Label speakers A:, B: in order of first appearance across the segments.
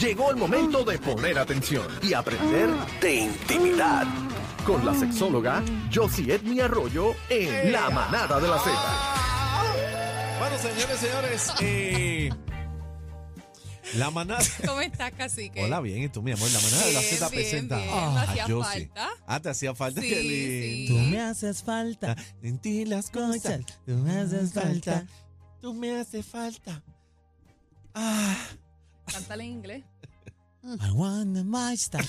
A: Llegó el momento de poner atención y aprender de intimidad con la sexóloga Josie Edmi Arroyo en La Manada de la Z.
B: Bueno, señores, señores, eh, la manada.
C: ¿Cómo estás, cacique?
B: Hola, bien, y tú, mi amor, la manada de la
C: Bien,
B: Z
C: bien,
B: presenta.
C: bien, me
B: Ah,
C: hacía
B: yo
C: falta.
B: sí. Ah, te hacía falta,
C: Sí,
B: Kelly. Ah,
C: sí. Tú me
D: haces falta,
B: En ti las cosas.
D: tú
B: me haces falta. Tú me haces falta. Ah.
C: Cántale en inglés.
D: I want my star.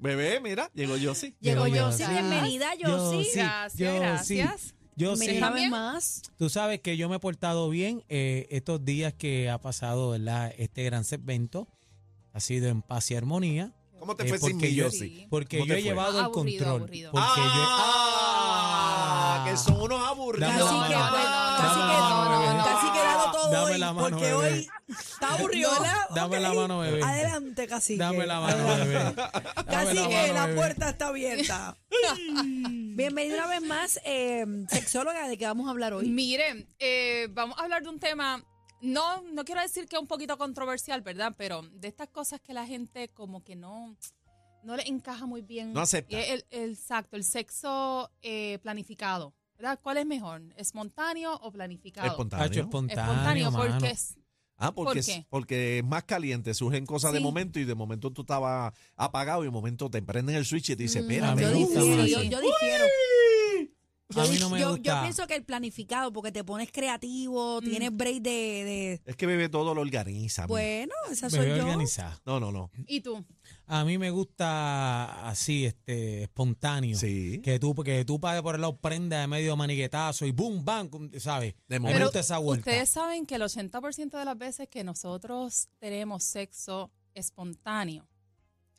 B: Bebé, mira, llegó yo sí.
E: Llegó
D: Llegó
E: yo, sí,
D: Yossi.
E: bienvenida yo sí.
D: Yossi.
C: Gracias,
D: yo
C: gracias.
D: Yo
E: Me
D: sí,
C: sabe-
E: sabe más.
D: tú sabes que yo me he portado bien eh, estos días que ha pasado ¿verdad? este gran segmento. Ha sido en paz y armonía.
B: ¿Cómo te
D: Eh,
B: fue sin
D: porque
B: mi
D: yo-
B: yo
C: Sí.
B: sí?
D: Porque
B: ¿Cómo
D: yo
B: te
D: he
B: fue?
D: llevado el
C: Aburrido,
D: control.
C: aburrido.
D: Porque
B: ah,
D: Ah.
B: que son unos
D: Dame
B: aburridos.
D: la
E: Casi que,
D: mano.
E: pues,
D: Dame
E: casi
D: la
E: que,
D: mano, bebé.
E: casi que he dado todo
D: Dame
E: hoy,
D: la mano,
E: porque
D: bebé.
E: hoy está aburrido, ¿verdad?
D: yo. Dame
E: Ok.
D: la mano, bebé.
E: Adelante, casi
D: Dame la mano, bebé. Dame
E: Casi que
D: mano,
E: la
D: bebé.
E: puerta está abierta. Bienvenida una vez más, eh, sexóloga, ¿de qué vamos a hablar hoy?
C: Miren, eh, vamos a hablar de un tema, no, no quiero decir que es un poquito controversial, ¿verdad? Pero de estas cosas que la gente como que no, no le encaja muy bien.
B: No acepta.
C: Y es El, el- exacto, el sexo eh, planificado, ¿verdad? ¿Cuál es mejor, espontáneo o planificado?
D: Hacho,
B: Espontáneo.
D: espontáneo,
C: Espontáneo, porque
D: mano.
C: es-
B: Ah, porque,
C: ¿Por
B: es-
C: qué?
B: porque es más caliente, surgen cosas de
C: Sí.
B: momento y de momento tú estabas apagado y de momento te prenden el switch y te dicen,
C: Mm,
B: espérate.
D: a
E: Mm, yo
D: mí me gusta
E: difiero,
D: más
E: yo,
D: así.
E: yo difiero. Yo,
D: A mí no me
E: yo- yo
D: gusta.
E: pienso que el planificado, porque te pones creativo, tienes break de, de-
B: Es que bebé todo lo organiza.
C: Pues,
B: mira.
E: Bueno, esa soy
D: Bebé
E: yo.
D: organizada.
B: No, no, no.
C: ¿Y tú?
D: A mí me gusta así, este, espontáneo.
B: Sí.
D: Que tú, que tú pagues por el lado prenda de medio maniguetazo y boom, bam, ¿sabes?
B: De
D: A mí me
B: momento.
D: gusta esa vuelta.
C: Ustedes saben que el 80% de las veces que nosotros tenemos sexo espontáneo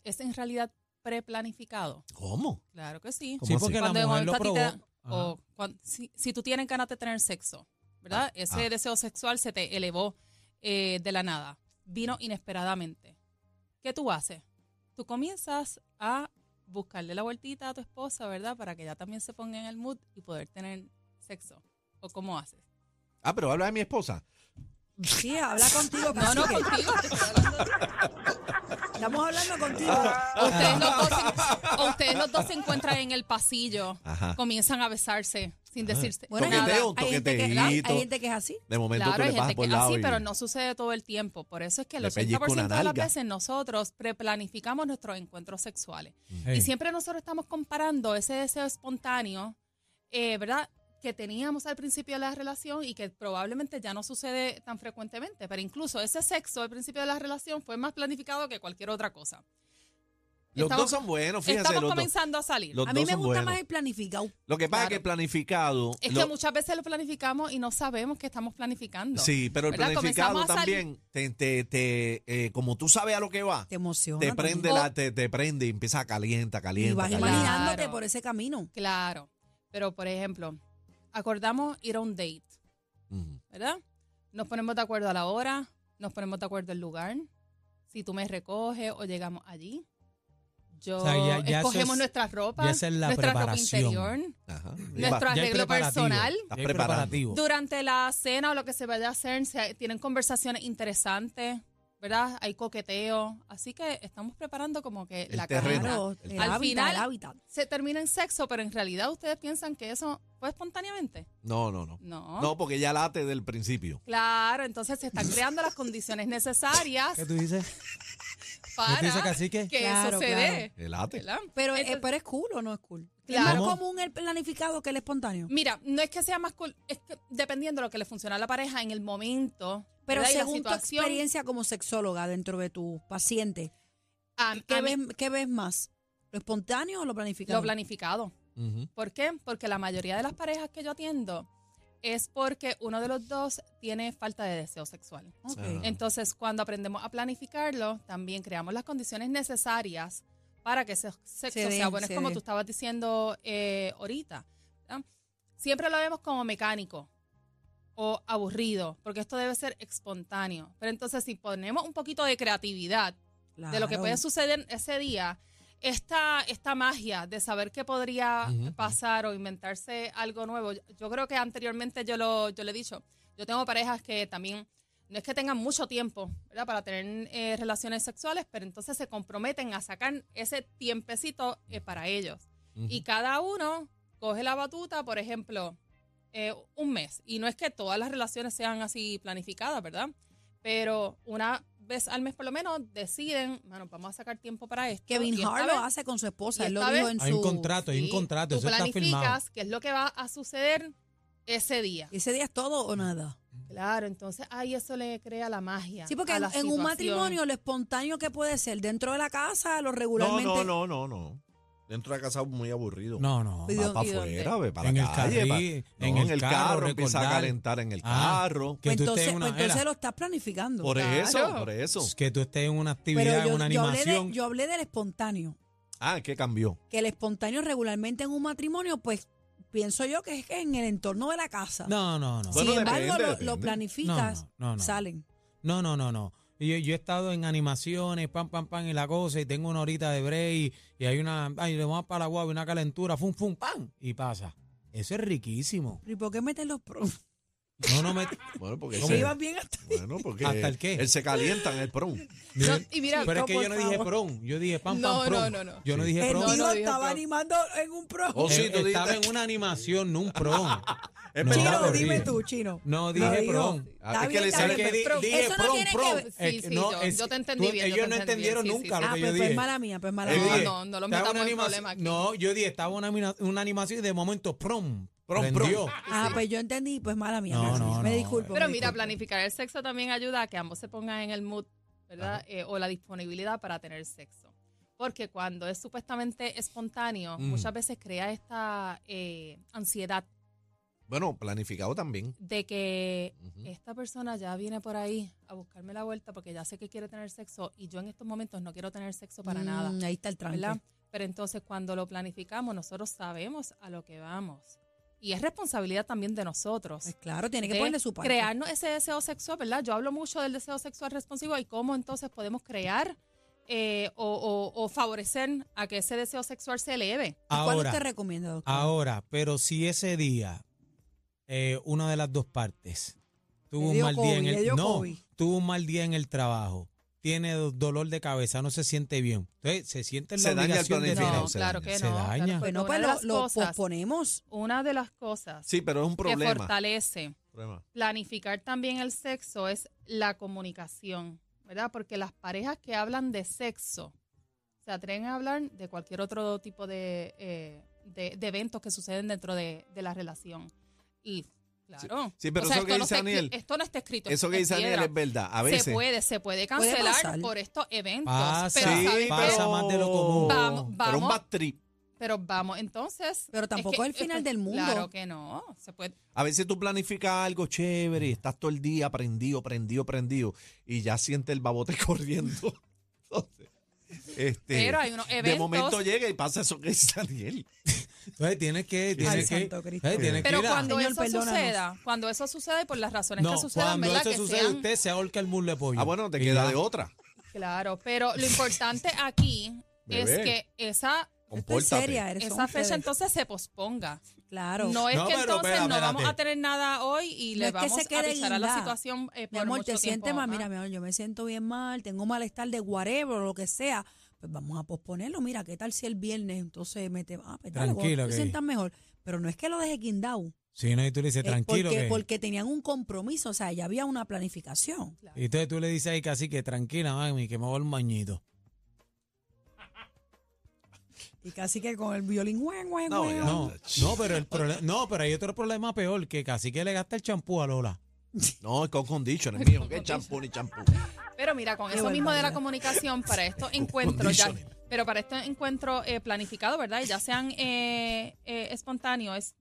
C: es en realidad preplanificado.
B: ¿Cómo?
C: Claro que sí.
B: ¿Cómo
D: Sí,
B: así?
D: porque la
C: Cuando de
D: mujer lo
C: momento a ti te da-
D: provoca. Ajá.
C: o cuan- si, si tú tienes ganas de tener sexo, ¿verdad? Ese
B: ah.
C: deseo sexual se te elevó eh, de la nada, vino inesperadamente. ¿Qué tú haces? Tú comienzas a buscarle la vueltita a tu esposa, ¿verdad? Para que ella también se ponga en el mood y poder tener sexo. ¿O cómo haces?
B: Ah, pero habla de mi esposa.
E: Sí, habla contigo,
C: No, no,
E: cacique.
C: contigo. te estoy hablando a ti.
E: Estamos hablando contigo.
C: Ustedes los, dos, se- o ustedes los dos se encuentran en el pasillo,
B: Ajá.
C: comienzan a besarse sin
B: Ah.
C: decirse
E: Bueno,
C: nada.
B: Toqueteo,
E: hay, gente que, hay
B: toqueteíto.
E: gente que es así.
B: De momento
C: Claro,
B: tú
C: hay
B: le pasas
C: gente
B: por
C: que
B: el lado.
C: así,
B: y-
C: pero no sucede todo el tiempo. Por eso es que el
B: Le pellizca una
C: 80% de las
B: nalga.
C: veces nosotros preplanificamos nuestros encuentros sexuales.
D: Hey.
C: Y siempre nosotros estamos comparando ese deseo espontáneo, eh, ¿verdad? Que teníamos al principio de la relación y que probablemente ya no sucede tan frecuentemente. Pero incluso ese sexo al principio de la relación fue más planificado que cualquier otra cosa.
B: Los
C: estamos-
B: dos son buenos, fíjate.
C: Estamos
B: Los dos.
C: comenzando a salir.
B: Los
E: A mí
B: dos
E: me
B: son
E: gusta
B: buenos.
E: más el planificado.
B: Lo que pasa es que
C: Claro.
B: el planificado.
C: es
B: lo-
C: que muchas veces lo planificamos y no sabemos que estamos planificando.
B: Sí, pero el
C: ¿verdad?
B: planificado
C: Comenzamos a salir.
B: también, te, te, te, eh, como tú sabes a lo que va,
E: Te emociona.
B: te
E: también.
B: prende, la, te, te prende y empieza a calienta,
E: Y
B: calienta.
E: vas
B: calienta.
C: imagina-
E: imaginándote
C: Claro.
E: por ese camino.
C: Claro. Pero, por ejemplo, acordamos ir a un date,
B: Ujú.
C: ¿verdad? Nos ponemos de acuerdo a la hora, nos ponemos de acuerdo el lugar. Si tú me recoges o llegamos allí. Yo
D: O sea, ya- ya eso
C: escogemos
D: es-
C: nuestras ropas,
D: ya esa es la
C: nuestra
D: preparación.
C: ropa interior,
B: Ajá. Y va-
C: nuestro
D: Ya hay
C: arreglo
D: preparativo,
C: personal.
D: ya hay
B: Estás preparando.
D: preparativo.
C: Durante la cena o lo que se vaya a hacer, se- tienen conversaciones interesantes, ¿verdad? Hay coqueteo. Así que estamos preparando como que
B: El
C: la
B: terreno.
C: carrera.
E: Claro,
B: El
E: el
C: Al
E: hábitat,
C: final-
E: el hábitat.
C: se termina en sexo, pero en realidad ustedes piensan que eso fue espontáneamente.
B: No, no, no.
C: No.
B: No, porque ya late del principio.
C: Claro, entonces se están creando las condiciones necesarias
D: ¿Qué tú dices?
C: para
D: piensas que así que?
E: Claro,
C: eso se dé.
B: El late.
C: ¿verdad?
E: Pero, eh,
C: Entonces,
E: pero es cool o no es cool. Es
C: Claro.
E: más común el planificado que el espontáneo.
C: Mira, no es que sea más cool, es que dependiendo de lo que le funciona a la pareja en el momento,
E: Pero
C: ¿verdad? Y la
E: según tu
C: situación,
E: experiencia como sexóloga dentro de tus pacientes,
C: a- a
E: ¿qué,
C: mí-
E: ves, qué ves más? ¿Lo espontáneo o lo planificado?
C: lo planificado.
B: Ujú.
C: ¿Por qué? Porque la mayoría de las parejas que yo atiendo es porque uno de los dos tiene falta de deseo sexual.
E: Ok.
B: Ah.
C: Entonces, cuando aprendemos a planificarlo, también creamos las condiciones necesarias para que ese sexo
E: Se dé,
C: sea bueno.
E: se
C: es como
E: dé.
C: tú estabas diciendo eh, ahorita. ¿verdad? Siempre lo vemos como mecánico o aburrido, porque esto debe ser espontáneo. Pero entonces, si ponemos un poquito de creatividad de lo que
E: Claro.
C: puede suceder ese día, esta, esta magia de saber qué podría
B: Ujú, ujú.
C: pasar o inventarse algo nuevo, yo, yo creo que anteriormente yo lo, yo lo he dicho, yo tengo parejas que también no es que tengan mucho tiempo ¿verdad? para tener eh, relaciones sexuales, pero entonces se comprometen a sacar ese tiempecito eh, para ellos. Y cada uno coge la batuta, por ejemplo, eh, un mes. Y no es que todas las relaciones sean así planificadas, ¿verdad? Pero una vez al mes por lo menos deciden, bueno, vamos a sacar tiempo para esto.
E: Kevin
C: Y esta
E: Hart
C: vez-
E: lo hace con su esposa,
C: y
E: él lo
C: esta
E: dijo
C: vez-
E: en su...
D: Hay un contrato, hay un
C: Sí,
D: contrato,
C: tú
D: eso está firmado.
C: planificas qué es lo que va a suceder ese día.
E: Ese día es todo o nada.
C: Claro, entonces ahí eso le crea la magia.
E: Sí, porque
C: a
E: en,
C: la
E: en un
C: situación.
E: matrimonio lo espontáneo que puede ser dentro de la casa, lo
B: No,
E: regularmente...
B: no, no, no, no. Dentro de la casa muy aburrido.
D: No, no.
E: Cuidado.
B: Va para
E: ¿Y dónde?
B: afuera, ve para
D: En
B: la
D: el
B: calle.
D: carril,
B: pa-
D: en
B: no,
D: el carro,
B: empieza a
D: recordar.
B: calentar en el
D: Ah.
B: carro.
D: Que tú estés
E: entonces,
D: en una
E: pues entonces
D: era.
E: lo estás planificando.
B: Por eso,
C: Claro.
B: por eso.
D: Que tú estés en una actividad,
E: Pero yo,
D: en una
E: yo hablé de-
D: animación.
E: yo hablé del espontáneo.
B: Ah, ¿qué cambió?
E: que el espontáneo regularmente en un matrimonio, pues pienso yo que es que en el entorno de la casa.
D: no, no, no.
E: Sin
B: Bueno,
E: embargo,
B: depende,
E: lo- lo,
B: depende.
E: planificas,
D: No, no, no, no.
E: salen.
D: No, no, no, no. Y Yo, yo he estado en animaciones, pam, pam, pam, y la cosa, y tengo una horita de break, y hay una, ay, le vamos para la guagua, y una calentura, fum, fum, pam, y pasa. Eso es riquísimo.
E: ¿Y por qué metes los pros?
D: No, no me...
B: Bueno, porque
D: ¿Cómo
B: se-
E: Ibas bien hasta ahí.
B: bueno, porque
D: ¿Hasta el qué?
B: él se calienta en el prom.
C: No, y mira,
D: pero es
E: no,
D: que yo
E: por
D: no dije
E: favor.
D: prom, yo dije pam,
C: No,
D: pam,
C: no,
D: prom.
C: no, no. Eh,
D: Yo no
B: Sí.
D: dije
E: El
D: prom.
C: no,
E: tío
C: no, dijo
E: estaba
C: prom.
E: animando en un pro.
B: Oh, sí, tú
D: Eh, estaba
B: dijiste-
D: en una animación, no un prom.
B: Es
D: No,
E: chino,
B: verdad,
D: no,
E: dime
D: horrible.
E: tú, chino.
D: No, dije
E: digo.
D: prom.
B: Ah,
E: Está
B: es que
E: bien,
B: le
E: está
B: sale
E: bien.
D: Es que di-
C: prom.
D: dije
E: Eso no
D: prom,
E: tiene que
D: prom.
E: ver-
C: Sí,
D: Es que
C: sí, yo- yo te entendí bien, yo
D: Ellos
C: te
D: no
C: entendí
D: entendieron
C: bien, sí,
D: nunca
C: sí,
D: lo
E: Ah,
D: que yo
E: pues,
D: dije.
E: pues mala mía, pues mala
B: Eh,
E: mía.
B: dije,
C: no, no los
D: estaba
C: metamos
D: una
C: en
D: anima-
C: problema aquí.
D: No, yo dije, estaba una, anima- una animación y de momento prom.
B: Prom,
D: prendió.
B: prom.
E: Ah, pues yo entendí, pues mala mía.
D: No,
E: mala
D: no,
E: mía. me
D: no.
E: disculpo.
C: Pero
E: me
C: mira,
E: disculpo.
C: planificar el sexo también ayuda a que ambos se pongan en el mood, ¿verdad? Eh, o la disponibilidad para tener sexo. Porque cuando es supuestamente espontáneo,
D: Mm.
C: muchas veces crea esta eh, ansiedad
B: Bueno, planificado también.
C: de que
B: Ujú.
C: esta persona ya viene por ahí a buscarme la vuelta porque ya sé que quiere tener sexo y yo en estos momentos no quiero tener sexo para nada.
E: Mm, Ahí está el tranque.
C: ¿verdad? Pero entonces cuando lo planificamos, nosotros sabemos a lo que vamos. Y es responsabilidad también de nosotros.
E: Pues claro, tiene que
C: de
E: ponerle su parte.
C: Crearnos ese deseo sexual, ¿verdad? Yo hablo mucho del deseo sexual responsivo y cómo entonces podemos crear eh, o, o- o favorecer a que ese deseo sexual se eleve.
E: ¿Y ¿Cuál
D: Ahora,
E: usted recomienda, doctor?
D: ahora, pero si ese día eh, una de las dos partes tuvo
E: Le
D: un
E: dio
D: mal día en
E: COVID, le dio
D: el no,
E: COVID.
D: tuvo un mal día en el trabajo, tiene do- dolor de cabeza, no se siente bien. Entonces, se siente en la
B: Se daña el
D: obligación de
C: No,
B: planificado,
D: tener-
B: se
C: claro
B: daña.
C: que
D: Se
C: no. claro
D: daña.
C: que
E: Bueno,
C: no. Una de
E: pero
C: las
E: Pues lo
C: cosas-
E: posponemos.
C: una de las cosas
B: Sí, pero es un
C: que
B: problema.
C: fortalece
B: Problema.
C: planificar también el sexo es la comunicación, ¿verdad? Porque las parejas que hablan de sexo se atreven a hablar de cualquier otro tipo de, eh, de, de eventos que suceden dentro de, de la relación. Y, claro.
B: sí, pero
C: o sea,
B: eso que
C: esto no
B: dice
C: está escri-
B: Aniel-
C: esto no está escrito.
B: Eso que
C: en
B: dice Daniel
C: piedra.
B: es verdad. A
C: Se
B: veces. Ah,
C: puede, se puede
E: Puede
C: cancelar
E: pasar.
C: por estos eventos.
D: Pasa,
C: pero,
D: Sí,
C: ¿saben
D: pasa
C: qué?
D: más de lo común.
C: Vamos,
B: Pero un
C: vamos.
B: bad trip.
C: Pero vamos, entonces.
E: Pero tampoco es el final del mundo.
C: Claro que no. Se puede,
B: A veces tú planificas algo chévere, estás todo el día prendido, prendido, prendido, y ya sientes el babote corriendo. Entonces, este,
C: pero hay unos eventos.
B: de momento llega y pasa eso que dice Daniel.
D: Entonces, tienes que, tienes que,
E: santo Cristo.
D: eh, tienes que
C: Pero
D: ir a-
C: cuando
E: Señor,
C: eso
E: perdónanos.
C: suceda, cuando eso suceda y por las razones
D: no,
C: que sucedan,
D: cuando
C: ¿verdad?
D: eso
C: que
D: sucede,
C: sean,
D: usted se ahorca el muslo de pollo.
B: Ah, bueno, te
D: Y
B: queda
D: ya.
B: de otra.
C: Claro, pero lo importante aquí es
B: Bebé.
C: que esa,
E: Estoy
B: Compórtate.
E: seria,
D: eh.
E: eres
C: esa
E: hombre,
C: fecha
E: de-
C: entonces se posponga.
E: Claro.
C: No es
D: No,
C: que
D: pero
C: entonces
D: espera,
C: no vamos
D: espérate.
C: a tener nada hoy y
E: No
C: le
E: es que se
C: vamos a
E: quede
C: avisar a la
E: guindada.
C: situación eh,
E: Mi
C: por
E: amor,
C: mucho
E: te sientes
C: tiempo
E: más,
C: más.
E: mira, mi amor, yo me siento bien mal, tengo malestar de whatever o lo que sea, pues vamos a posponerlo, mira, ¿qué tal si el viernes entonces me te ah, pues dale, cuando
D: Tranquilo,
E: tú
D: que-
E: te sientas mejor? Pero no es que lo deje guindado,
D: Sí, no, y tú le dices,
E: es
D: tranquilo.
E: porque,
D: que-
E: porque tenían un compromiso, o sea, ya había una planificación.
D: Y entonces tú le dices ahí casi que tranquila, mami, que me voy al mañito.
E: Y casi que con el violín, güey, güey,
B: No,
E: güey.
B: ya.
D: No,
B: Ch-
D: no, pero el problema, no, pero hay otro problema peor que casi que le gasta el champú a Lola.
B: No, es con condition, es mío. ¿Qué champú ni champú?
C: Pero mira, con
E: Qué
C: eso mismo de la
E: barbaridad.
C: comunicación, para estos encuentros, ya,
B: condiciones.
C: pero para estos encuentros eh, planificados, ¿verdad? Y ya sean eh, eh, espontáneos, es,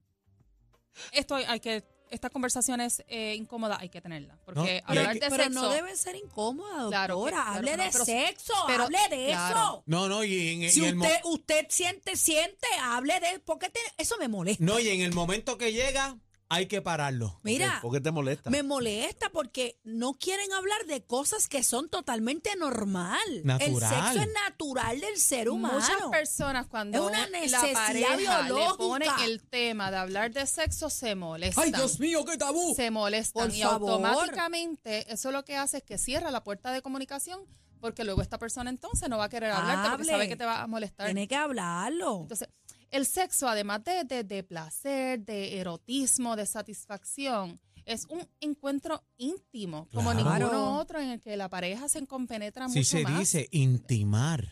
C: esto hay que, estas conversaciones eh, incómodas hay que tenerlas. Porque
D: No, y
C: hablar
D: hay
C: de
E: Pero
C: sexo.
E: no deben ser incómoda, doctora,
C: Claro que- claro
E: hable
C: que no,
E: de
C: pero-
E: sexo,
C: pero-
E: hable de
C: claro.
E: eso.
D: No, no, y en,
E: Si
D: y el mo-
E: usted, usted siente, siente, hable de, porque eso me molesta.
D: no, y en el momento que llega, hay que pararlo.
E: Mira,
B: ¿Por qué te molesta?
E: me molesta porque no quieren hablar de cosas que son totalmente normal. El
D: Natural.
E: sexo es natural del ser humano.
C: Muchas personas cuando
E: Es una
C: la
E: necesidad
C: pareja le
E: biológica.
C: ponen el tema de hablar de sexo se molestan.
E: Ay, Dios mío, qué tabú.
C: Se molestan
E: Por
C: y
E: favor.
C: automáticamente eso lo que hace es que cierra la puerta de comunicación porque luego esta persona entonces no va a querer hablarte porque
E: Hable.
C: sabe que te va a molestar.
E: Tiene que hablarlo.
C: Entonces, el sexo, además de, de- de placer, de erotismo, de satisfacción, es un encuentro íntimo, como
D: Claro.
C: ninguno otro, en el que la pareja se compenetra
D: Si
C: mucho
D: se
C: más.
D: dice intimar.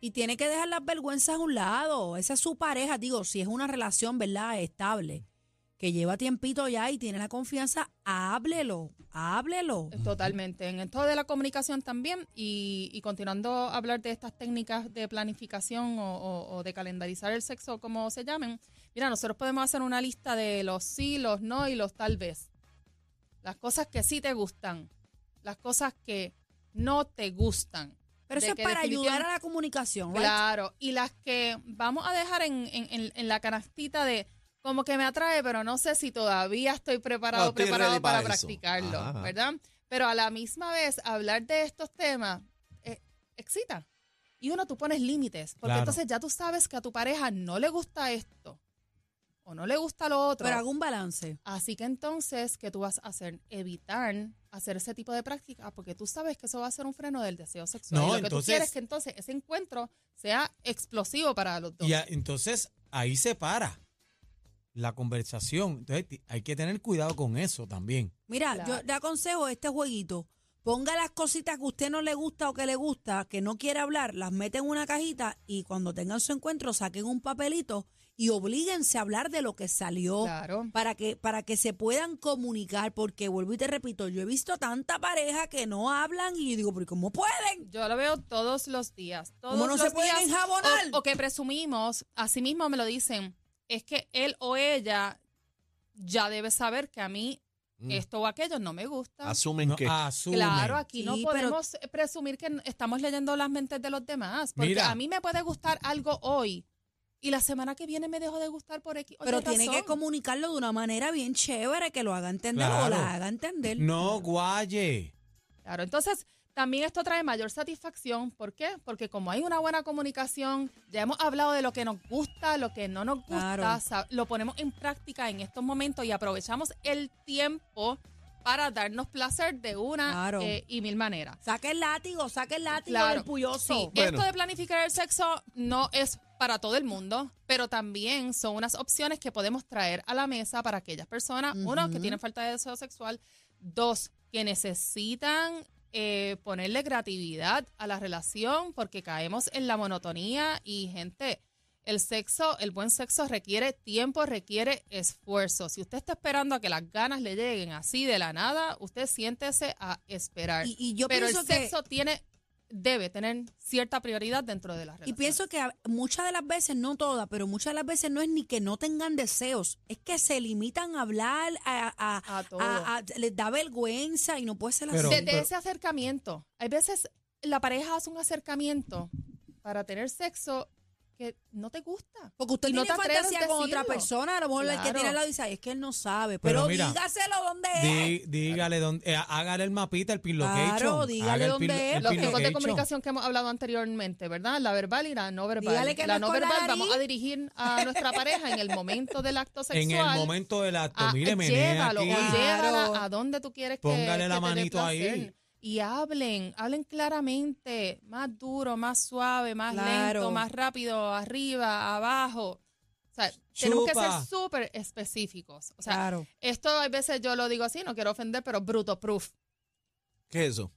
E: Y tiene que dejar las vergüenzas a un lado. Esa es su pareja. Digo, si es una relación, ¿verdad? Estable, que lleva tiempito ya y tiene la confianza, háblelo, háblelo.
C: Totalmente. En esto de la comunicación también, y, y continuando a hablar de estas técnicas de planificación o, o- o de calendarizar el sexo, como se llamen, mira, nosotros podemos hacer una lista de los sí, los no y los tal vez. Las cosas que sí te gustan, las cosas que no te gustan.
E: Pero
C: de
E: eso es
C: que
E: para ayudar
C: definitivamente-
E: a la comunicación, ¿right?
C: Claro, y las que vamos a dejar en, en- en- en la canastita de como que me atrae, pero no sé si todavía estoy preparado
B: No, estoy
C: preparado
B: ready
C: para,
B: para eso.
C: practicarlo,
B: Ajá.
C: ¿verdad? Pero a la misma vez, hablar de estos temas eh, excita. Y uno, tú pones límites, porque
D: Claro.
C: entonces ya tú sabes que a tu pareja no le gusta esto o no le gusta lo otro.
E: Pero hago un balance.
C: Así que entonces, ¿qué tú vas a hacer? Evitar hacer ese tipo de prácticas porque tú sabes que eso va a ser un freno del deseo sexual. Y
D: No,
C: lo que tú
D: entonces-
C: quieres es que entonces ese encuentro sea explosivo para los dos.
D: Y a- entonces ahí se para la conversación. Entonces ti- hay que tener cuidado con eso también.
E: Mira,
C: Claro.
E: yo le aconsejo este jueguito. Ponga las cositas que a usted no le gusta o que le gusta, que no quiere hablar, las mete en una cajita y cuando tengan su encuentro saquen un papelito y oblíguense a hablar de lo que salió.
C: Claro.
E: para que, para que se puedan comunicar, porque vuelvo y te repito, yo he visto tanta pareja que no hablan y yo digo, pero ¿cómo pueden?
C: Yo lo veo todos los días. Todos
E: ¿Cómo no
C: los
E: se pueden
C: días.
E: enjabonar?
C: O, o que presumimos, así mismo me lo dicen, es que él o ella ya debe saber que a mí
B: Mm.
C: esto o aquello no me gusta.
B: Asumen
D: No, ah,
B: que
D: asumen.
C: Claro, aquí no
E: Sí, pero-
C: podemos eh, presumir que estamos leyendo las mentes de los demás. Porque
D: Mira.
C: a mí me puede gustar algo hoy y la semana que viene me dejo de gustar por X. o Y
E: Pero tiene
C: razón.
E: que comunicarlo de una manera bien chévere, que lo haga entender o
D: Claro.
E: la haga entender.
D: No, guaye.
C: Claro, entonces también esto trae mayor satisfacción. ¿Por qué? Porque como hay una buena comunicación, ya hemos hablado de lo que nos gusta, lo que no nos gusta,
E: Claro.
C: sa- lo ponemos en práctica en estos momentos y aprovechamos el tiempo para darnos placer de una
E: Claro.
C: eh, y mil maneras.
E: Saque el látigo, saque el látigo
C: Claro.
E: del puyoso.
C: Sí,
B: Bueno.
C: esto de planificar el sexo no es para todo el mundo, pero también son unas opciones que podemos traer a la mesa para aquellas personas, uno, que tienen falta de deseo sexual, dos, que necesitan eh, ponerle creatividad a la relación porque caemos en la monotonía y gente... El sexo, el buen sexo requiere tiempo, requiere esfuerzo. Si usted está esperando a que las ganas le lleguen así de la nada, usted siéntese a esperar
E: Y, y yo
C: pero el
E: pienso que...
C: sexo tiene debe tener cierta prioridad dentro de las
E: Y
C: relaciones.
E: pienso que a- muchas de las veces, no todas, pero muchas de las veces no es ni que no tengan deseos, es que se limitan a hablar, a, a-
C: a todo.
E: a- a- les da vergüenza y no puede ser así.
D: Pero-
C: Desde ese acercamiento. Hay veces la pareja hace un acercamiento para tener sexo que no te gusta.
E: Porque usted
C: Y no
E: tiene
C: te atreves
E: fantasía con otra
C: decirlo.
E: persona, a lo mejor el que
C: Claro.
E: tiene al lado dice, "Ay, es que él no sabe,
D: Pero
E: pero,
D: mira,
E: dígaselo dónde es.
D: Dí- dígale dónde, eh, hágale el mapita, el pinlocation.
E: Claro, dígale
D: Haga el
E: dónde
D: pin-
E: es,
D: el
C: Los
E: porque-
C: tipos de
D: pinlocation.
C: comunicación que hemos hablado anteriormente, ¿verdad? La verbal y la no verbal.
E: Dígale que
C: la
E: no
C: no,
E: es con la
C: verbal
E: nariz.
C: vamos a dirigir a nuestra pareja en el momento del acto sexual.
D: En el momento del acto,
C: Ah,
D: mire, menea
C: llévalo
D: aquí.
C: o
E: Claro.
C: llévala a donde tú quieres que
D: Póngale
C: que
D: la
C: te dé
D: manito ahí.
C: placer. Y hablen, hablen claramente, más duro, más suave, más
E: Claro.
C: lento, más rápido, arriba, abajo. O sea, tenemos que ser
D: Chupa.
C: súper específicos. O sea,
E: claro.
C: esto a veces yo lo digo así, no quiero ofender, pero bruto proof.
B: ¿Qué es eso?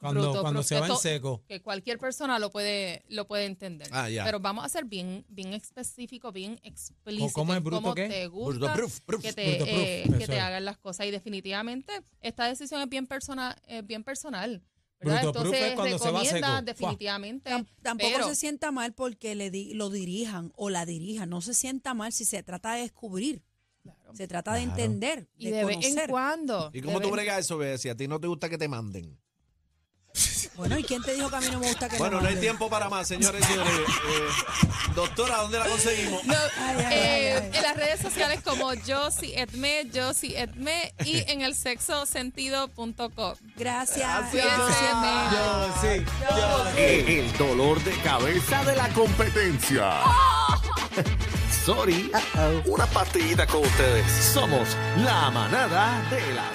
D: Cuando,
C: bruto,
D: cuando
C: bruto.
D: se va en
C: Esto-
D: seco.
C: que cualquier persona lo puede, lo puede entender.
B: Ah, ya.
C: Pero vamos a ser bien, bien específico, bien explícito.
D: cómo es
C: en
D: bruto
C: cómo
D: qué?
C: te gusta
B: Bruto, proof, proof.
C: que
D: Bruto
C: te,
D: proof,
C: eh,
D: eso
C: que te
D: es.
C: hagan las cosas. Y definitivamente esta decisión es bien, persona, es bien personal. ¿verdad?
D: Bruto proof
C: Entonces
D: es cuando se va
C: recomienda
D: seco. Fua.
C: definitivamente.
E: Tam- tampoco
C: Eh, pero-
E: se sienta mal porque le di- lo dirijan o la dirijan, no se sienta mal si se trata de descubrir,
C: Claro.
E: se trata de
D: Claro.
E: entender,
C: Y
E: de
C: de vez en
E: conocer.
C: cuando.
B: ¿Y
C: de
B: cómo tú
C: vez-
B: bregas eso, bebé? Si a ti no te gusta que te manden.
E: Bueno, ¿y quién te dijo que a mí no me gusta que
B: Bueno,
E: me
B: no hay
E: manden?
B: tiempo para más, señores y señores. Eh, doctora, ¿dónde la conseguimos?
C: No,
E: Ay, ay,
C: eh,
E: ay, ay.
C: En las redes sociales como yo sí Edme, yo sí Edme y en el sexo sentido.com.
E: Gracias.
C: Gracias.
E: Gracias.
D: Yo sí.
A: E- El dolor de cabeza de la competencia. Sorry. Una partidita con ustedes. Somos la manada de la Z.